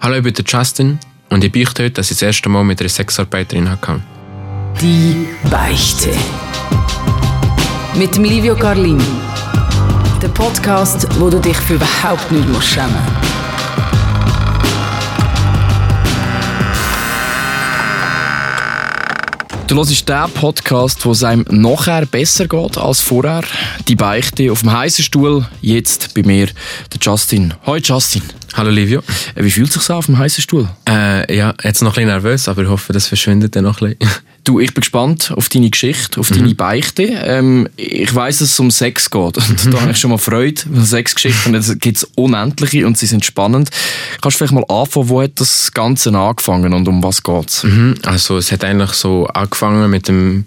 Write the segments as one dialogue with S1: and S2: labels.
S1: Hallo, ich bin der Justin und ich beichte heute, dass ich das erste Mal mit einer Sexarbeiterin hatte.
S2: Die Beichte. Mit dem Livio Carlini. Der Podcast, wo du dich für überhaupt nicht musst schämen
S3: Du hörst den Podcast, wo es einem nachher besser geht als vorher. Die Beichte auf dem heißen Stuhl, jetzt bei mir, der Justin. Hoi Justin,
S1: Hallo, Livio.
S3: Äh, wie fühlt sich's an auf dem heißen Stuhl?
S1: Äh, ja, jetzt noch ein bisschen nervös, aber ich hoffe, das verschwindet dann noch ein bisschen.
S3: Du, ich bin gespannt auf deine Geschichte, auf
S1: Mhm.
S3: deine Beichte. Ähm, ich weiß, dass es um Sex geht.
S1: Mhm.
S3: Und da habe ich schon mal Freude. weil Sexgeschichten, es gibt unendliche und sie sind spannend. Kannst du vielleicht mal anfangen, wo hat das Ganze angefangen und um was geht's?
S1: Mhm, Also es hat eigentlich so angefangen mit dem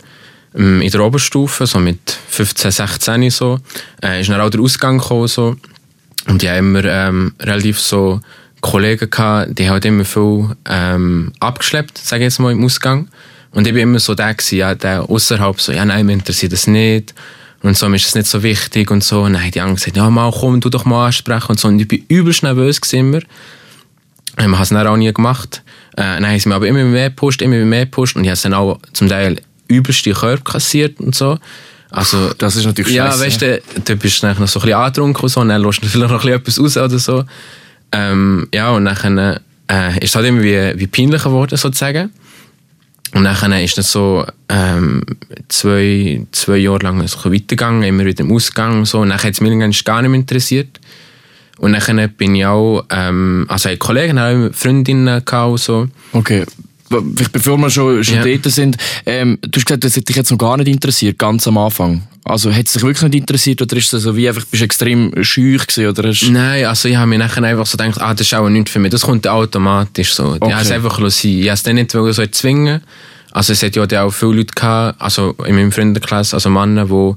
S1: ähm, in der Oberstufe, so mit 15, 16 so. Äh, ist dann auch der Ausgang gekommen so. Und ich hatte immer ähm, relativ so Kollegen, gehabt, die haben halt immer viel ähm, abgeschleppt, sage ich jetzt mal, im Ausgang. Und ich war immer so der, gewesen, ja, der außerhalb so, ja nein, mir interessiert das nicht. Und so, mir ist das nicht so wichtig und so. Und dann haben die anderen gesagt, ja mal komm, du doch mal ansprechen und so. Und ich war übelst nervös gewesen immer. Ähm, Ich habe es dann auch nie gemacht. Äh, dann haben sie mich aber immer mehr gepusht, immer mehr gepusht und ich habe dann auch zum Teil übelste Körbe kassiert und so. Also,
S3: Das ist natürlich
S1: ja,
S3: scheisse.
S1: weißt du, du bist dann noch so ein bisschen angetrunken und, so, und dann lässt du vielleicht noch ein bisschen etwas raus oder so. Ähm, ja, und dann äh, ist es halt immer wie, wie peinlicher geworden, sozusagen. Und dann äh, ist das so ähm, zwei, zwei Jahre lang so ein bisschen weitergegangen, immer wieder im Ausgang und so. Und dann hat es mich irgendwann gar nicht mehr interessiert. Und dann bin ich auch, ähm, also ich hatte Kollegen, auch immer Freundinnen gehabt und so.
S3: Okay. W- vielleicht Bevor wir schon, schon
S1: Ja.
S3: dort sind, ähm, du hast gesagt, das hat dich jetzt noch gar nicht interessiert, ganz am Anfang. Also hat es dich wirklich nicht interessiert oder ist es so wie einfach, bist du extrem schüch gewesen oder hast...
S1: Nein, also ich habe mir nachher einfach so gedacht, ah, das ist auch nichts für mich. Das kommt dann automatisch so. Ich
S3: Okay.
S1: habe es einfach sein. lassen. Ich habe es dann nicht wollen so zwingen. Also es hat ja dann auch viele Leute gehabt, also in meinem Freundenkreis, also Männer, die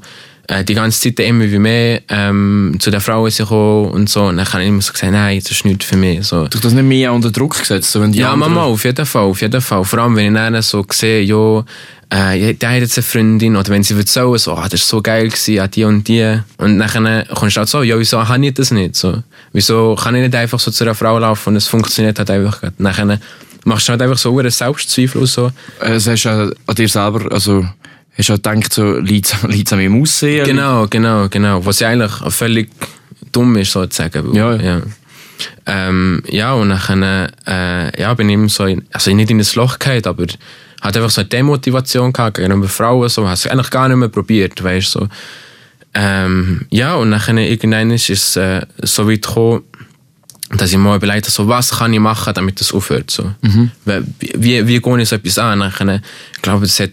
S1: äh, die ganze Zeit dann immer wie mehr ähm, zu den Frauen sind gekommen und so. Und dann habe ich immer so gesagt, nein, das ist nichts für mich. So.
S3: Hat dich das nicht mehr unter Druck gesetzt? So, wenn die
S1: Ja,
S3: anderen-
S1: Mama, auf jeden Fall, auf jeden Fall. Vor allem, wenn ich dann so sehe, ja, äh, der hat jetzt eine Freundin, oder wenn sie erzählen, so, ah, das war so geil, gewesen, ah, die und die. Und dann kommst du halt so, ja, wieso habe ich das nicht? So, wieso kann ich nicht einfach so zu einer Frau laufen und es funktioniert halt einfach gerade? Dann machst du halt einfach so einen Selbstzweifel und so.
S3: Also hast du auch an dir selber, also hast du auch gedacht, so, liegt es an meinem Aussehen?
S1: Genau, genau, genau. Was ja eigentlich völlig dumm ist, sozusagen.
S3: Ja, ja.
S1: Ähm, ja, und dann äh, ja, bin ich eben so, in, also nicht in ein Loch gefallen, aber hatte einfach so eine Demotivation gehabt gegenüber Frauen, so, habe es eigentlich gar nicht mehr probiert, weißt du. So. Ähm, ja, und dann irgendwann ist es äh, so weit gekommen, dass ich mal überlegt habe, so, was kann ich machen, damit das aufhört. So. Weil, Wie, wie gehe ich so etwas an? Dann, ich glaube, das hat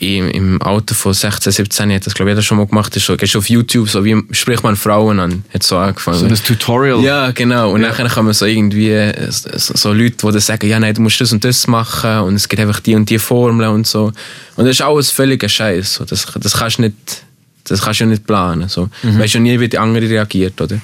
S1: äh, im, im Alter von 16, 17 hat das glaube ich, jeder schon mal gemacht. Das ist so, gehst du auf YouTube, so, wie spricht man Frauen an? Hat so angefangen.
S3: So ein Tutorial.
S1: Ja, genau. Und nachher kann man so irgendwie äh, so, so Leute, die dann sagen, ja, nein, du musst das und das machen und es gibt einfach die und die Formeln und so. Und das ist alles völliger Scheiß. So. Das, das kannst du nicht, das kannst du ja nicht planen. So. Weißt du nie, wie die andere reagiert, oder?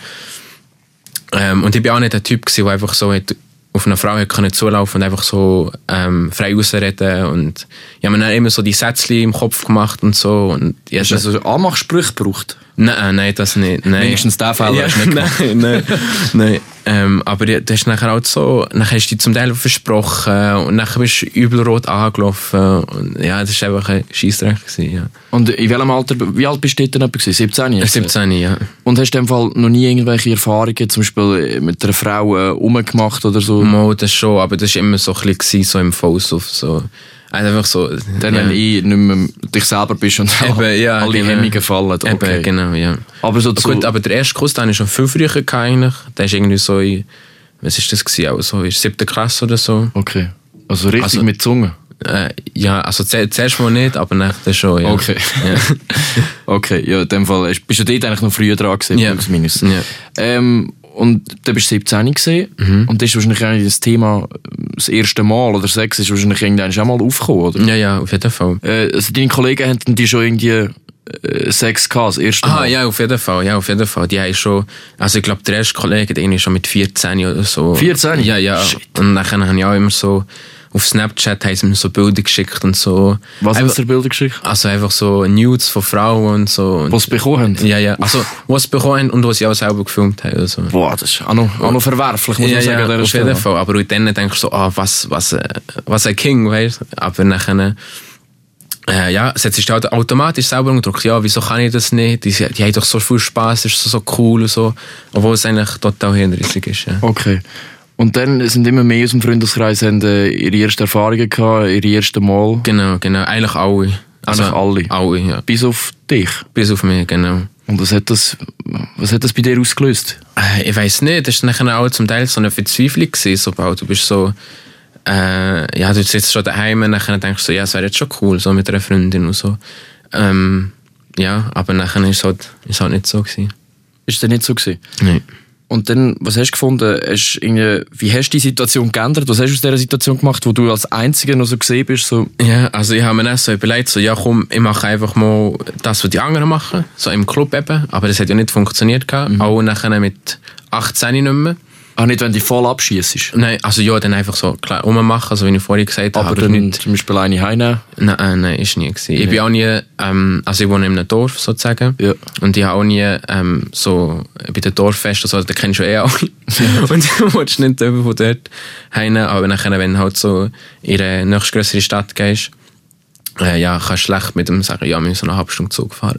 S1: Ähm, und ich bin auch nicht der Typ, gewesen, der einfach so hat, auf eine Frau hat können zulaufen und einfach so ähm, frei rausreden. Und ich habe mir dann immer so die Sätzchen im Kopf gemacht und so. Und ich
S3: Hast du also Anmachsprüche gebraucht?
S1: Nein, nein, das nicht. Nein.
S3: Wenigstens den Fall
S1: ja,
S3: hast du nicht
S1: Nein, nein, nein. Ähm, ne, aber ja, du hast nachher auch so, nachher hast du dich zum Teil versprochen und nachher bist du übelrot angelaufen. Und, ja, das war einfach ein Scheissdreck. gewesen, Ja.
S3: Und in welchem Alter, wie alt bist du dort denn etwa gewesen? 17 jetzt?
S1: 17, ja.
S3: Und hast du in dem Fall noch nie irgendwelche Erfahrungen, zum Beispiel mit einer Frau äh, rumgemacht oder so?
S1: Mal das schon, aber das war immer so ein bisschen gewesen, so im Faust so. Also einfach so.
S3: Dann,
S1: ja.
S3: wenn ich nicht mehr dich selber bist und
S1: Eben, ja,
S3: alle
S1: genau.
S3: Hemmungen fallen. Okay.
S1: Eben, genau, ja.
S3: Aber so zu,
S1: Gut, aber der erste Kuss, den hatte ich schon viel früher gehabt, eigentlich. Der ist irgendwie so in, was ist das gewesen? Auch so in der siebten Klasse oder so.
S3: Okay. Also richtig
S1: Also-
S3: mit Zunge.
S1: Äh, ja, also zu- zuerst mal nicht, aber nachher schon, ja.
S3: Okay. Okay, ja, in dem Fall hast- bist du dort eigentlich noch früher dran gewesen,
S1: Ja.
S3: plus minus.
S1: Ja.
S3: Ähm, und dann bist du 17 gewesen,
S1: Mhm.
S3: und das ist wahrscheinlich eigentlich das Thema äh, das erste Mal oder Sex ist wahrscheinlich irgendwann schon mal aufgekommen, oder?
S1: Ja, ja, auf jeden Fall.
S3: Äh, also deine Kollegen hatten die schon irgendwie äh, Sex gehabt, das erste
S1: Ah,
S3: Mal?
S1: ja, auf jeden Fall, ja, auf jeden Fall. Die haben schon, also ich glaube, der erste Kollege, der ist schon mit 14 oder so.
S3: 14?
S1: Ja, ja.
S3: Shit.
S1: Und nachher habe ich auch immer so, auf Snapchat haben sie mir so Bilder geschickt und so.
S3: Was
S1: Einfach-
S3: hast du dir Bilder geschickt?
S1: Also einfach so Nudes von Frauen und so. Und
S3: Was sie bekommen haben?
S1: ja, ja. Also, was sie bekommen haben und was sie auch selber gefilmt haben. Also.
S3: Boah, das ist auch noch, auch noch verwerflich, muss
S1: Ja,
S3: man sagen.
S1: ja,
S3: an dieser
S1: auf
S3: Stelle.
S1: jeden Fall. Aber dann denkst du so, ah, was, was, äh, was ein King, weißt du? Aber nachher, äh, ja, setzt dich halt automatisch selber unter Druck. Ja, wieso kann ich das nicht? Die, die haben doch so viel Spass, das ist so, so cool und so. Obwohl es eigentlich total hinrissig ist. Ja.
S3: Okay. Und dann sind immer mehr aus dem Freundeskreis haben äh, ihre ersten Erfahrungen gehabt, ihre ersten Mal.
S1: Genau, genau. Eigentlich alle. Also,
S3: Eigentlich alle.
S1: Alle, ja.
S3: Bis auf dich.
S1: Bis auf mich, genau.
S3: Und was hat das, was hat das bei dir ausgelöst?
S1: Äh, Ich weiß nicht, das war nachher auch zum Teil so eine Verzweiflung, gewesen, sobald du bist so, äh, ja, du sitzt schon daheim und nachher denkst du, so, ja, es wäre jetzt schon cool, so mit einer Freundin und so. Ähm, ja, aber nachher ist es halt, ist halt nicht so gewesen.
S3: Ist das nicht so gewesen?
S1: Nein.
S3: Und dann, was hast du gefunden? Hast du irgendwie, wie hast du die Situation geändert? Was hast du aus dieser Situation gemacht, wo du als Einziger noch so gesehen bist? So,
S1: Ja, also ich habe mir dann so überlegt, so, ja komm, ich mache einfach mal das, was die anderen machen, so im Club eben, aber das hat ja nicht funktioniert, gehabt.
S3: Mhm.
S1: auch nachher mit 18 nicht mehr.
S3: auch ah, nicht, wenn du dich voll abschießt.
S1: Nein, also ja, dann einfach so klar rummachen, so wie ich vorhin gesagt habe,
S3: Aber dann zum Beispiel eine heimnehmen.
S1: Nein, äh, nein, ist nie. Gewesen. Ich bin auch nie, ähm, also ich wohne in einem Dorf sozusagen.
S3: Ja.
S1: Und ich habe auch nie ähm, so bei den Dorffesten, so, da kennst du eh alle. Und du willst nicht jemanden von dort heim. Aber nachher, wenn du halt so in eine nächstgrößere Stadt gehst, äh, ja, kannst du schlecht mit dem sagen, ja, wir müssen eine halbe Stunde Zug fahren.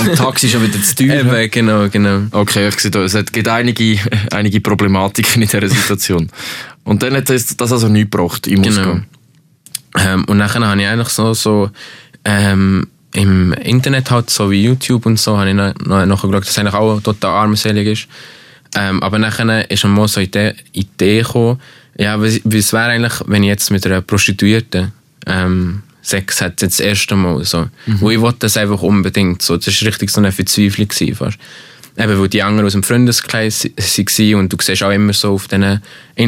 S3: Und Taxi ist ja wieder zu teuer.
S1: Eben, genau, genau.
S3: Okay, ich sehe, da, es hat- gibt einige, einige Problematiken in dieser Situation. Und dann hat das, das also nichts gebracht im
S1: Genau.
S3: Ausgang.
S1: Ähm, und nachher habe ich eigentlich so, so ähm, im Internet halt, so wie YouTube und so, habe ich noch, noch nachgeschaut, dass es eigentlich auch total armselig ist. Ähm, aber nachher ist einmal so die Idee, Idee gekommen, ja, was, was wäre eigentlich, wenn ich jetzt mit einer Prostituierten ähm, Sex hätte, jetzt das erste Mal. So. Und ich wollte das einfach unbedingt. So. Das war richtig so eine Verzweiflung. Gewesen, fast. Eben, weil die anderen aus dem Freundeskreis waren und du siehst auch immer so auf diesen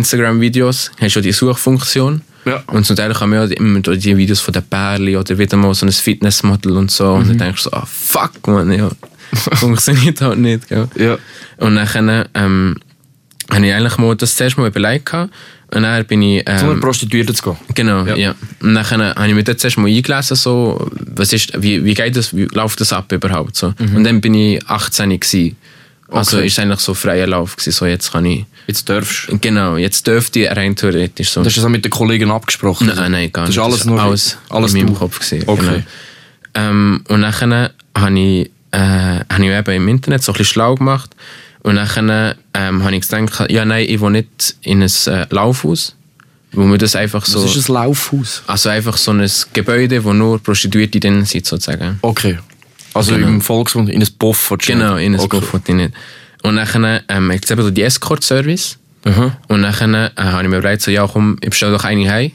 S1: Instagram-Videos, hast du ja die Suchfunktion.
S3: Ja.
S1: Und zum Teil kommen ja immer durch die Videos von den Pärchen oder wieder mal so ein Fitnessmodel und so. Und dann denkst du so, ah, fuck, man, ja. Funktioniert halt nicht, gell?
S3: Ja.
S1: Und dann ähm, habe ich eigentlich mal das zuerst mal überlegt. gehabt. Und dann bin ich...
S3: Zu einer
S1: Ähm,
S3: Prostituierten zu gehen.
S1: genau,
S3: Ja.
S1: ja. Und dann habe ich mir das zuerst mal eingelesen, so, was ist, wie, wie geht das, wie läuft das ab überhaupt? So. Und dann bin ich 18 gewesen. Also
S3: Mhm. Okay.
S1: ist eigentlich so freier Lauf gewesen, so jetzt kann ich...
S3: Jetzt darfst du.
S1: Genau, jetzt dürfte ich rein theoretisch so.
S3: Das hast du das auch mit den Kollegen abgesprochen?
S1: Nein, nein, gar nicht.
S3: das Ist alles
S1: das
S3: nur
S1: alles,
S3: alles
S1: in meinem
S3: du.
S1: Kopf. Gewesen,
S3: Okay.
S1: genau. ähm, und dann habe ich, äh, hab ich eben im Internet so ein bisschen schlau gemacht. Und dann ähm, habe ich gedacht, ja nein, ich will nicht in ein äh, Laufhaus. Wo wir das einfach so...
S3: Das ist ein Laufhaus.
S1: also einfach so ein Gebäude, wo nur Prostituierte drin sind, sozusagen.
S3: Okay. Also
S1: Genau.
S3: im Volksmund, in ein Buff. willst du
S1: Genau,
S3: nicht?
S1: in ein
S3: Okay.
S1: okay. Buffet nicht. Und dann ähm, gibt es eben die Escort-Service.
S3: Aha.
S1: Und dann äh, habe ich mir überlegt, so, ja komm, ich bestelle doch eine heim.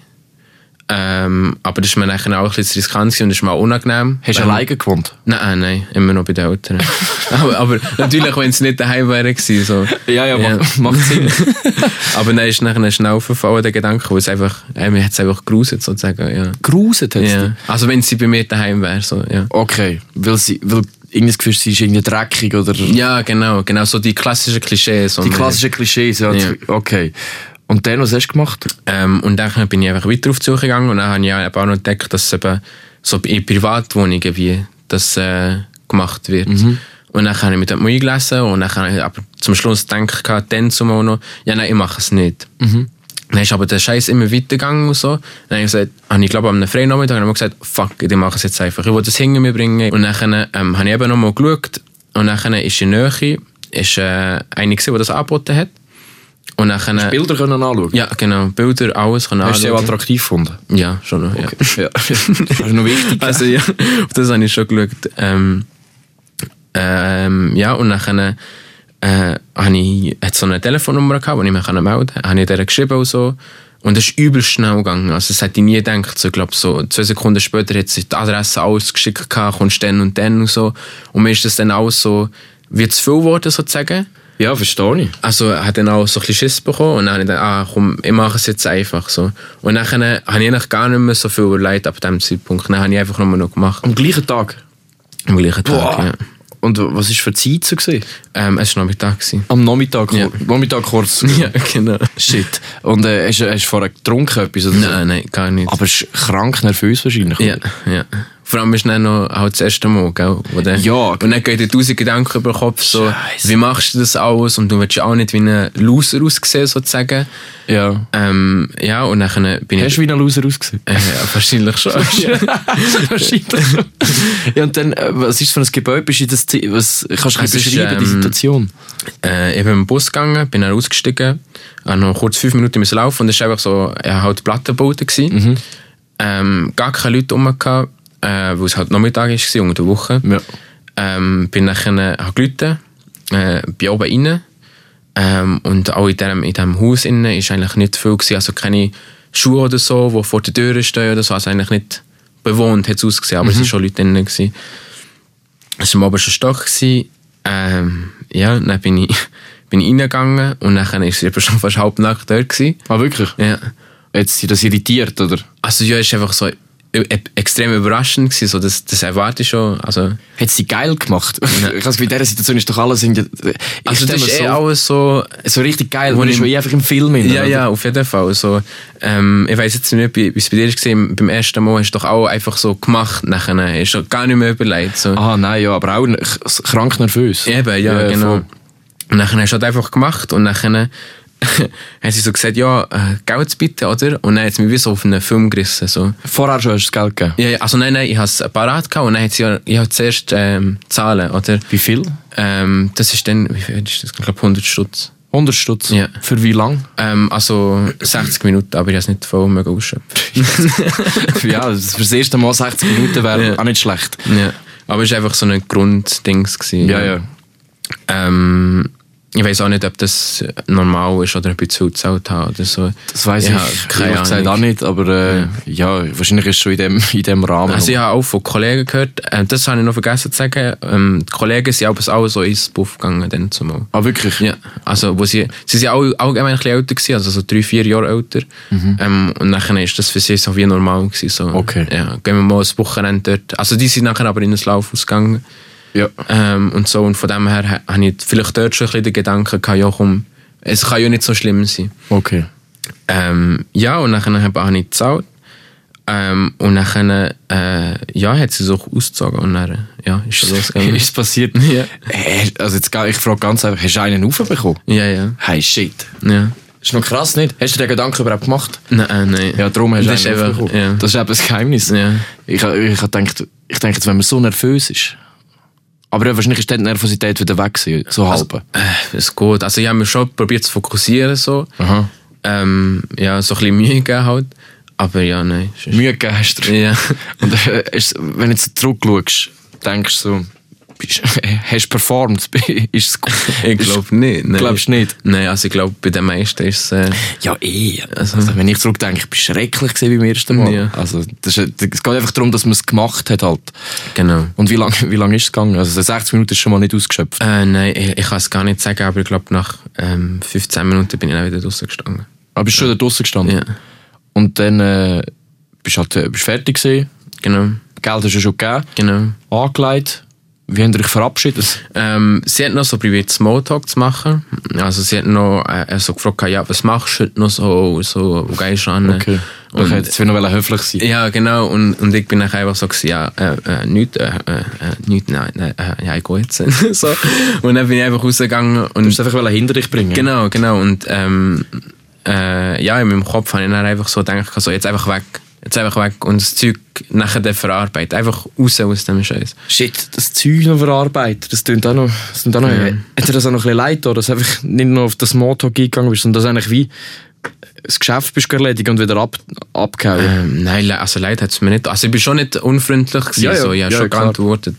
S1: Ähm, aber das war mir dann auch ein bisschen zu riskant gewesen und das ist mir auch unangenehm.
S3: Hast du
S1: Weil-
S3: alleine gewohnt?
S1: Nein, äh, nein, immer noch bei den Eltern. aber, aber natürlich, wenn es nicht daheim wäre gewesen. So.
S3: macht Sinn.
S1: aber dann ist nachher schnell verfallen, der Gedanke, weil es einfach, äh, mir hat es einfach geruset, sozusagen. Ja.
S3: Gruset hat
S1: Ja. Also wenn sie bei mir daheim wäre, so, ja.
S3: Okay, weil, sie, weil irgendwie das Gefühl, sie ist irgendwie dreckig oder...
S1: Ja, genau, genau, so die klassischen Klischees.
S3: Die
S1: und-
S3: klassischen Klischees, ja.
S1: Ja.
S3: Okay. Und dann, was hast du gemacht?
S1: Ähm, und dann bin ich einfach weiter auf die Suche gegangen und dann habe ich eben auch noch entdeckt, dass es eben so in Privatwohnungen wie das äh, gemacht wird. Und dann habe ich mit dem eingelesen und dann habe ich aber zum Schluss gedacht, gehabt, dann zumal noch, ja nein, ich mache es nicht. Dann ist aber der Scheiß immer weitergegangen und so. Dann habe ich gesagt, habe ich glaube am freien Nachmittag habe ich gesagt, fuck, ich mache es jetzt einfach. Ich will das hinter mir bringen. Und dann ähm, habe ich eben nochmal geschaut und dann ist in der Nähe ist, äh, eine gewesen, die das angeboten hat. Und dann,
S3: Bilder können anschauen?
S1: ja, genau. Bilder, alles kann
S3: Hast du sie auch attraktiv gefunden?
S1: Ja, schon noch.
S3: Ja. das ist noch wichtig.
S1: Ja. Also ja, auf das habe ich schon geschaut. Ähm, ähm, ja, und dann äh, habe ich hat so eine Telefonnummer gehabt, die ich mir melden konnte. Habe ich der geschrieben und so. Und das ist übel schnell gegangen. Also das hätte ich nie gedacht. So, ich glaube, so zwei Sekunden später hat sie die Adresse alles geschickt, gehabt, kommst dann und dann und so. Und mir ist das dann auch so, wie zu viel geworden sozusagen.
S3: Ja, verstehe ich.
S1: also hat dann auch so ein bisschen Schiss bekommen und dann habe ich gedacht, ah komm, ich mache es jetzt einfach so. Und dann habe ich eigentlich gar nicht mehr so viel überlegt ab diesem Zeitpunkt. Dann habe ich einfach nur noch gemacht,
S3: Am gleichen Tag?
S1: am gleichen Tag. Ja.
S3: Und
S4: Und was war für die Zeit so? Gewesen?
S1: Ähm, es war Nachmittag. gewesen.
S3: Am Nachmittag,
S1: Ja.
S3: Nachmittag kurz.
S1: Ja, genau.
S3: Shit. Und äh, hast, hast du vorher getrunken etwas? Oder so?
S1: Nein, nein, gar nicht.
S3: Aber es ist krank nervös wahrscheinlich.
S1: Ja, ja. Vor allem ist dann noch halt das erste Mal, gell? Wo dann,
S3: Ja.
S1: Und dann gehen dir tausend Gedanken über den Kopf, so,
S3: Scheisse.
S1: wie machst du das alles? Und du willst ja auch nicht wie ein Loser aussehen, sozusagen.
S3: ja.
S1: Ähm, ja, und dann bin
S3: Hast du
S1: ich...
S3: wie ein Loser ausgesehen?
S1: Äh, ja, wahrscheinlich schon.
S3: Wahrscheinlich schon. Ja, und dann, äh, was ist für ein Gebäude? Bist du in das Zi- was, kannst du ein
S1: Es ist,
S3: bisschen beschreiben, die
S1: ähm,
S3: Situation?
S1: äh, ich bin im Bus gegangen, bin dann ausgestiegen, habe noch kurz fünf Minuten müssen laufen und es war einfach so, ja, halt Plattenbauten gewesen. Ähm, gar keine Leute rum, gehabt, äh, weil es halt Nachmittag war, unter der Woche.
S3: Ja.
S1: Ähm, bin dann, äh, habe geläutet, äh, bin oben rein ähm, und auch in diesem in dem Haus innen ist eigentlich nicht viel gewesen, also keine Schuhe oder so, die vor der Tür stehen oder so, also eigentlich nicht bewohnt hat es ausgesehen,
S3: Mhm.
S1: aber es waren schon Leute drinnen. gewesen. Es war im obersten Stock. Gewesen. Ähm, ja, dann bin ich, bin ich reingegangen und dann war es eben schon fast halb Nacht dort. Gewesen.
S3: Ah, wirklich?
S1: Ja.
S3: Hat sie das irritiert, oder?
S1: Also ja, es war einfach so e e- extrem überraschend. Gewesen, so, das, das erwarte ich schon. Also,
S3: Hat sie geil gemacht? Ich weiß, in dieser Situation ist doch alles in der, ich
S1: also das
S3: stell mir
S1: ist eh
S3: so,
S1: alles so...
S3: so richtig geil,
S1: Wo
S3: man ist
S1: ich-
S3: wie einfach im Film. drin,
S1: Ja,
S3: oder?
S1: ja, auf jeden Fall. Also, ähm, ich weiß jetzt nicht, wie wie es bei dir war, beim ersten Mal hast du doch auch einfach so gemacht nachher. Hast du gar nicht mehr überlegt. So.
S3: Ah, nein, ja, aber auch n- k- krank nervös. Äh,
S1: Eben, ja, genau.
S3: voll.
S1: Und dann hast du halt einfach gemacht und dann haben sie so gesagt, ja, äh, Geld bitte, oder? Und dann hat sie mich wie so auf einen Film gerissen. So.
S3: Vorher schon hast du das Geld gegeben.
S1: Ja, ja, also nein, nein, ich habe es parat gehabt und dann hat sie ja, ich habe zuerst ähm, Zahlen, oder?
S3: Wie viel?
S1: Ähm, das ist dann, wie viel ist das? Ich glaube 100 Stutz.
S3: 100 Stutz.
S1: Ja.
S3: Für wie lang?
S1: Ähm, also 60 Minuten, aber ich habe es nicht voll mögen ausschöpfen.
S3: ja, das für das erste Mal 60 Minuten wäre
S1: Ja.
S3: auch nicht schlecht.
S1: ja. Aber es war einfach so ein Grunddings. Gewesen, Ähm, ich weiß auch nicht, ob das normal ist oder ob ich zu viel gezahlt habe oder so.
S3: Das weiß
S1: Ja,
S3: ich
S1: keine
S3: ehrlich gesagt
S1: Ahnung.
S3: auch nicht, aber äh, ja. wahrscheinlich ist es schon in dem, in dem Rahmen.
S1: Also ich habe auch von Kollegen gehört, äh, das habe ich noch vergessen zu sagen, ähm, die Kollegen sind aber auch so ins Buff gegangen dann zumal.
S3: ah, wirklich?
S1: Ja, also wo sie, sie sind auch allgemein ein bisschen älter gewesen, also so drei, vier Jahre älter. Ähm, und nachher ist das für sie so wie normal gewesen. So.
S3: Mhm. Okay.
S1: Ja, gehen wir mal ein Wochenende dort. Also die sind nachher aber in das Lauf ausgegangen.
S3: Ja.
S1: Ähm, und so, und von dem her ha- habe ich vielleicht dort schon ein bisschen den Gedanken gehabt, ja komm, es kann ja nicht so schlimm sein.
S3: Okay.
S1: Ähm, ja, und nachher habe ich nicht gezahlt. Ähm, und nachher, äh, ja, hat sie sich auch ausgezogen und dann, ja, ist schon losgegangen.
S3: ist es passiert?
S1: Ja.
S3: Äh, Also jetzt, ga- ich frage ganz einfach, hast du einen aufbekommen?
S1: ja, ja,
S3: Hey, shit.
S1: ja.
S3: Ist noch krass, nicht? Hast du dir den Gedanken überhaupt gemacht?
S1: Nein, äh, nein.
S3: Ja, darum hast du
S1: das ist
S3: einen
S1: einfach,
S3: aufbekommen.
S1: ja.
S3: Das ist eben das Geheimnis.
S1: Ja.
S3: Ich, ha- ich ha gedacht, ich denke jetzt, wenn man so nervös ist. Aber ja, wahrscheinlich ist dann die Nervosität wieder weg gewesen, so halb.
S1: Äh, es geht. Also ich habe mich schon probiert zu fokussieren, so.
S3: Aha.
S1: Ähm, ja, so ein bisschen Mühe gegeben halt. Aber ja, nein. es ist-
S3: Mühe gegeben hast du. dir.
S1: Ja.
S3: Und äh, ist, wenn du jetzt zurückschaust, denkst du so, bist, hast du performt? ist es gut?
S1: Ich glaube nicht. Nein.
S3: Glaubst du nicht?
S1: Nein, also ich glaube, bei den meisten ist es... Äh,
S3: Ja, eh. Also, wenn ich zurückdenke, ich war schrecklich gewesen beim ersten Mal.
S1: Ja.
S3: Also, das ist, es geht einfach darum, dass man es gemacht hat halt.
S1: genau.
S3: Und wie lange wie lang ist es gegangen? Also 60 Minuten ist schon mal nicht ausgeschöpft.
S1: Äh, nein, ich, ich kann es gar nicht sagen, aber ich glaube, nach ähm, 15 Minuten bin ich dann wieder draußen gestanden.
S3: Aber bist du schon da draussen gestanden?
S1: Ja,
S3: Und dann äh, bist halt, äh, bist fertig gewesen.
S1: genau,
S3: Geld hast du schon gegeben.
S1: genau.
S3: Angelegt. Wie habt ihr euch verabschiedet?
S1: Ähm, sie hat noch so probiert, Smalltalk zu machen. Also sie hat noch äh, äh, so gefragt, ja, was machst du heute noch so, so wo gehst du an?
S3: Okay. ich
S1: Und,
S3: hätte jetzt wieder noch höflich sein
S1: ja, genau. Und, und ich bin dann einfach so, gewesen, ja, äh, äh, nichts, äh, äh, nicht, nein, nein, äh, ja, ich gehe jetzt. so. Und dann bin ich einfach rausgegangen
S3: Du
S1: und
S3: musst einfach hinter dich bringen.
S1: Genau, genau. Und ähm, äh, ja, in meinem Kopf habe ich dann einfach so gedacht, so, jetzt einfach weg. Jetzt einfach weg und das Zeug nachher dann verarbeiten. Einfach raus aus dem Scheiß.
S3: Shit, das Zeug noch verarbeiten, das klingt auch noch... Das klingt auch noch Hat dir das auch noch ein bisschen leid getan, dass du einfach nicht nur auf das Motto eingegangen bist, sondern dass eigentlich wie das Geschäft bist erledigt und wieder ab, abgehauen.
S1: Ähm, nein, le- also leid hat es mir nicht. Also ich bin schon nicht unfreundlich gewesen,
S3: Ja, ja.
S1: so, ich habe
S3: Ja,
S1: schon
S3: klar.
S1: geantwortet.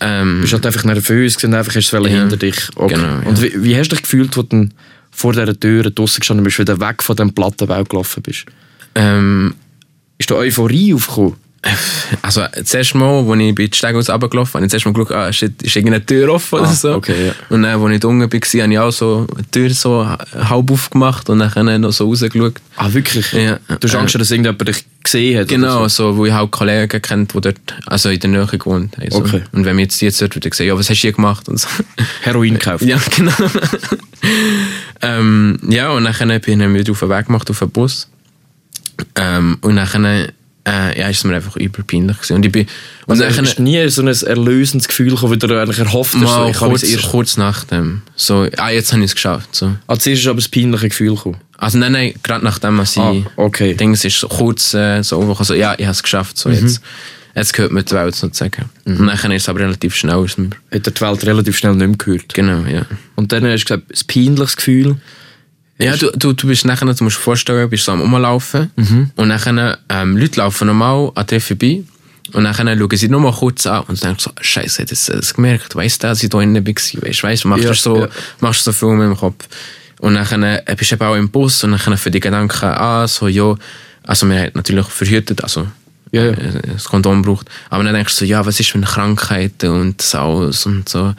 S1: Ähm,
S3: Du bist halt einfach nervös gewesen, einfach hast du es
S1: Ja.
S3: hinter dich. Okay.
S1: Genau, ja.
S3: Und wie, wie hast du dich gefühlt, als du dann vor dieser Tür draussen gestanden bist, wieder weg von dem Plattenbau gelaufen bist?
S1: ähm,
S3: Ist da Euphorie aufgekommen?
S1: also das erste Mal, als ich bei den Stegen aus runtergelaufen bin, habe ich das erste Mal geschaut, ah, shit, ist irgendeine Tür offen oder
S3: Ah,
S1: so.
S3: okay, ja.
S1: Und dann, als ich da unten war, habe ich auch so die Tür so halb aufgemacht und dann noch so rausgeschaut.
S3: Ah, wirklich?
S1: Ja. äh,
S3: Du hast Angst, dass irgendjemand dich gesehen hat.
S1: Genau, so. wo ich halt Kollegen kennt, die dort also in der Nähe gewohnt haben. So.
S3: Okay.
S1: Und wenn wir jetzt die jetzt dort wieder sehen, ja, was hast du hier gemacht? Und so.
S3: Heroin gekauft.
S1: ja, genau. ähm, ja, und dann bin ich wieder auf den Weg gemacht, auf den Bus. Ähm, und dann äh, ja, ist es mir einfach überpeinlich gewesen. Und ich bin... Und
S3: Also, es ist nie so ein erlösendes Gefühl, das wieder eigentlich erhofft hast.
S1: mal
S3: so, ich habe
S1: kurz,
S3: jetzt erst-
S1: kurz nach dem. So, ah, jetzt habe ich es geschafft. So.
S3: Ah, zuerst ist aber das peinliche Gefühl gekommen.
S1: Also nein, nein, gerade nachdem was ich...
S3: Ah, okay. Mhm.
S1: Dings ist so kurz äh, so hoch, so, ja, ich habe es geschafft, so jetzt. Jetzt gehört mir die Welt sozusagen. Und dann ist es aber relativ schnell. Ist mir,
S3: Hat er die Welt relativ schnell nicht mehr gehört.
S1: genau, ja.
S3: Und dann hast du gesagt, das peinliches Gefühl.
S1: Ja, du, du, du bist nachher, du musst dir vorstellen, bist so am Rumlaufen
S3: Mhm.
S1: und nachher, ähm, Leute laufen normal an dir vorbei und nachher schauen sie nur mal kurz an und denken so, scheiße, hat das, das gemerkt, weißt du, dass ich da innen war, weißt weißt, machst
S3: Ja,
S1: du so,
S3: ja.
S1: machst du so viel mit dem Kopf. Und nachher äh, bist du eben auch im Bus und nachher für die Gedanken, ah, so, ja, also wir haben natürlich verhütet, also
S3: Ja, ja.
S1: äh, das Kondom braucht, aber dann denkst du so, ja, was ist mit Krankheiten und das alles und so.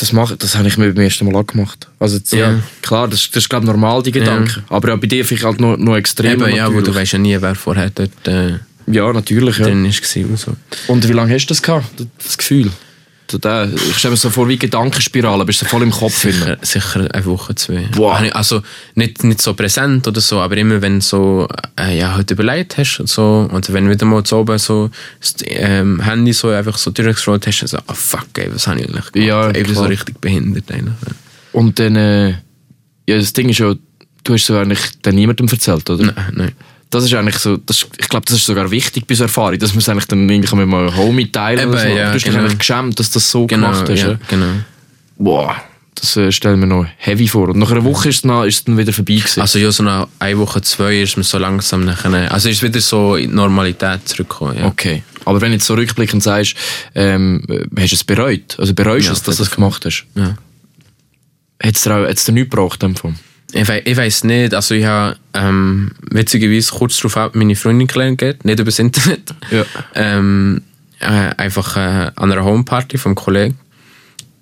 S3: Das, mache, das habe ich mir beim ersten Mal angemacht. Also jetzt, ja.
S1: Ja.
S3: klar, das, ist- das ist glaube ich normal, die Gedanken. Aber ja, bei dir vielleicht halt noch, noch extrem.
S1: Eben, ja, weil du weißt ja nie, wer vorher dort äh,
S3: ja, natürlich. Ja.
S1: drin war und so.
S3: Und wie lange hast du das gehabt, das Gefühl? Du, da, ich stelle mir so vor wie Gedankenspirale, bist du voll im Kopf. drin.
S1: Sicher, sicher eine Woche, zwei.
S3: Wow.
S1: Habe ich- Also nicht, nicht so präsent oder so, aber immer wenn so, äh, ja, halt überlegt hast und so, und wenn wieder mal zu oben so das ähm, Handy so einfach so durchgescrollt hast, dann so, ah fuck, ey, was habe ich eigentlich gemacht?
S3: Ja,
S1: ich bin so
S3: klar.
S1: richtig behindert eigentlich.
S3: Und dann, äh, ja, das Ding ist ja, du hast es ja eigentlich dann niemandem erzählt, oder?
S1: Nein, nein.
S3: Das ist eigentlich so, das, ist- ich glaube, das ist sogar wichtig bei so Erfahrung, dass man es eigentlich dann irgendwie mit einem Homie teilen
S1: Eben,
S3: oder so. Aber
S1: ja,
S3: Du bist
S1: genau.
S3: dich eigentlich geschämt, dass du das so
S1: Genau,
S3: gemacht hast.
S1: ja,
S3: Ja.
S1: genau.
S3: Boah, das äh, stellen wir noch heavy vor. Und nach einer Woche ist es dann, ist es dann wieder vorbei gewesen.
S1: Also ja, so nach einer Woche, zwei ist man so langsam nachher, also ist wieder so in die Normalität zurückgekommen, ja.
S3: Okay. Aber wenn du jetzt so rückblickend sagst, ähm, äh, hast du es bereut? Also bereust du
S1: Ja,
S3: es, dass
S1: auf
S3: du es gemacht hast?
S1: Ja.
S3: Hat es dir, auch- hat's dir nichts gebracht? in dem Fall?
S1: Ich, wei- ich weiß nicht, also ich habe ähm, witzigerweise kurz darauf ab meine Freundin kennengelernt, nicht über das Internet.
S3: Ja.
S1: Ähm, äh, einfach äh, an einer Homeparty vom Kollegen.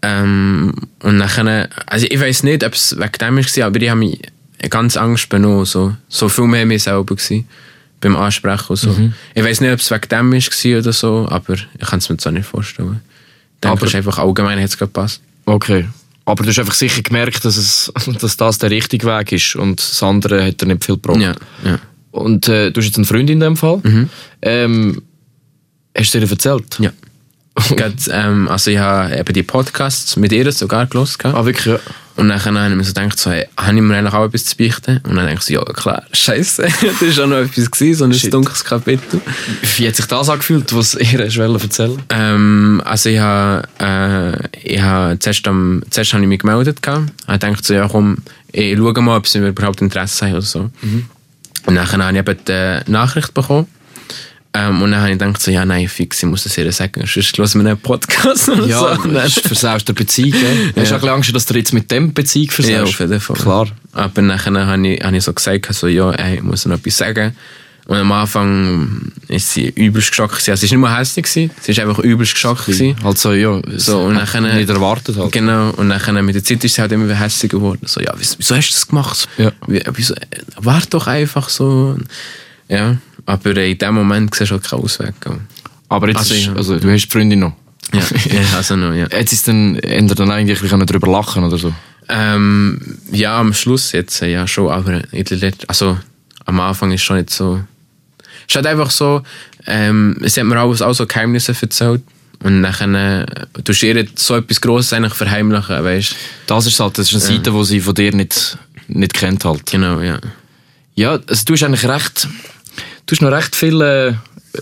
S1: Ähm, und nachher, also ich weiß nicht, ob es wegen dem war, aber ich habe mich ganz Angst benommen, so, so viel mehr mir selber gewesen, beim Ansprechen und so. Ich weiß nicht, ob es wegen dem war oder so, aber ich kann es mir so nicht vorstellen. Ich denke,
S3: Aber-
S1: es ist einfach allgemein hat es gepasst.
S3: Okay. Aber du hast einfach sicher gemerkt, dass, es, dass das der richtige Weg ist und das andere hat dir nicht viel gebracht.
S1: Ja, ja.
S3: Und äh, du hast jetzt einen Freund in dem Fall. Ähm, hast du dir erzählt?
S1: Ja. Gerade, ähm, also ich habe eben die Podcasts mit ihr sogar gelesen.
S3: Ah, wirklich? Ja.
S1: Und dann habe ich mir so gedacht, so, hey, habe ich mir eigentlich auch etwas zu beichten? Und dann denke ich so, ja klar, scheiße, das ist auch noch etwas gewesen, so ein dunkles Kapitel.
S3: Wie hat sich das angefühlt, was ihr hast wollen erzählen
S1: Ähm, also ich habe, äh, ich habe zuerst, am, zuerst habe ich mich gemeldet gehabt. Ich dachte so, ja komm, ich schaue mal, ob sie mir überhaupt Interesse haben oder so. Und dann habe ich eben die Nachricht bekommen. Ähm, und dann habe ich gedacht so, ja nein, fix, ich muss das ihr sagen, sonst hören wir einen Podcast oder so.
S3: Ja,
S1: Und dann-
S3: das versaust der Beziehung. gell? Hast du auch ein bisschen Angst, dass du dir jetzt mit dem Beziehung versaust?
S1: Ja, auf jeden Fall.
S3: Klar.
S1: Aber nachher habe ich, hab ich so gesagt, so, ja, ey, ich muss noch etwas sagen. Und am Anfang ist sie übelst geschockt. gewesen. Also, sie war nicht mal hässlich, gewesen, sie war einfach übelst geschockt. Gewesen.
S3: Halt so, ja.
S1: So, und
S3: hat
S1: nachher-
S3: Nicht erwartet halt.
S1: Genau, und nachher mit der Zeit ist sie halt immer hässlich geworden. So, ja, wieso, wieso hast du das gemacht?
S3: Ja.
S1: Wie, wieso, äh, warte doch einfach so. Ja, aber in dem Moment siehst du halt keinen Ausweg. gell.
S3: Aber jetzt
S1: Also,
S3: ist,
S1: ja.
S3: also, du hast die Freundin noch.
S1: Ja, ja also noch, ja.
S3: Jetzt ist dann, ändert dann eigentlich ein bisschen drüber lachen oder so.
S1: Ähm, ja, am Schluss jetzt, äh, ja schon, aber in der Let also am Anfang ist schon nicht so. Es ist halt einfach so, ähm, sie hat mir auch, auch so Geheimnisse erzählt. Und dann äh, tust du ihr so etwas Grosses eigentlich verheimlichen, weißt
S3: Das ist halt, das ist eine Seite, die sie von dir nicht, nicht kennt halt.
S1: Genau, ja.
S3: Ja, also du hast eigentlich recht, du hast noch recht viel, äh,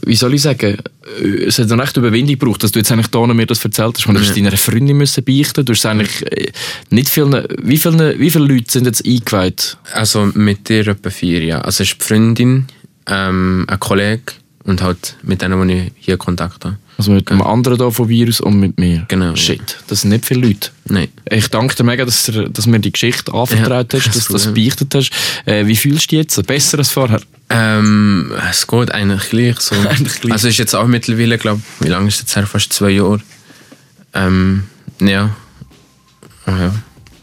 S3: wie soll ich sagen, äh, es hat noch recht Überwindung gebraucht, dass du jetzt eigentlich da noch mir das erzählt hast. Ich meine, Du hast es deiner Freundin müssen beichten, du hast es eigentlich äh, nicht vielen, wie viele, wie viele Leute sind jetzt eingeweiht?
S1: Also mit dir etwa vier, ja. Also es ist die Freundin, ähm, ein Kollege und halt mit denen, die ich hier Kontakt habe.
S3: Also mit dem anderen da vom Virus und mit mir.
S1: Genau, ja.
S3: Shit, das sind nicht viele Leute.
S1: Nein.
S3: Ich danke dir mega, dass du dass du mir die Geschichte anvertraut
S1: Ja,
S3: hast, dass du das
S1: Problem.
S3: beichtet hast. Äh, wie fühlst du dich jetzt? Besser als vorher?
S1: Ähm, es geht eigentlich gleich so.
S3: Eigentlich gleich.
S1: Also ist jetzt auch mittlerweile, glaube wie lange ist jetzt her? Fast zwei Jahre. Ähm, ja. Ah, ja.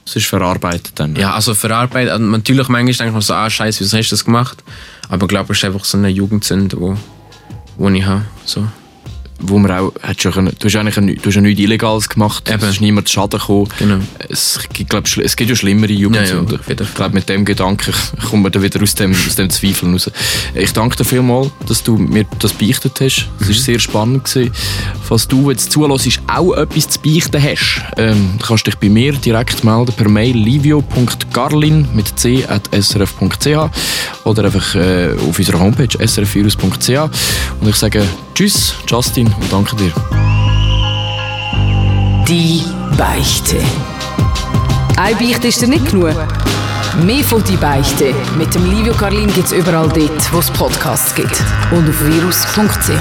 S3: Es ist verarbeitet dann.
S1: Ja, also verarbeitet. also Natürlich, manchmal denkt man so, ah, Scheiße, wieso hast du das gemacht? Aber ich glaube, es ist einfach so eine Jugendsünde, wo, wo ich habe. So.
S3: Wo man auch, hat schon können, du hast eigentlich ein, du hast ja nichts Illegales gemacht,
S1: Eben.
S3: es ist niemand zu Schaden gekommen.
S1: Genau.
S3: Es, gibt, glaub, ich, schli- es gibt ja schlimmere Jugendsünden.
S1: auf jeden
S3: ich glaube, mit dem Gedanken kommt man dann wieder aus dem, aus dem Zweifel raus. Ich danke dir vielmals, dass du mir das beichtet hast. Es war sehr spannend. Gewesen. Falls du jetzt zulässt, auch etwas zu beichten hast, ähm, kannst dich bei mir direkt melden per Mail livio.garlin mit c at srf.ch oder einfach äh, auf unserer Homepage srfvirus.ch und ich sage Tschüss, Justin, und danke dir.
S2: Die Beichte. Eine Beichte ist dir nicht genug. Mehr von «Die Beichte» mit dem Livio Carlin gibt es überall dort, wo es Podcasts gibt. Und auf virus.ch.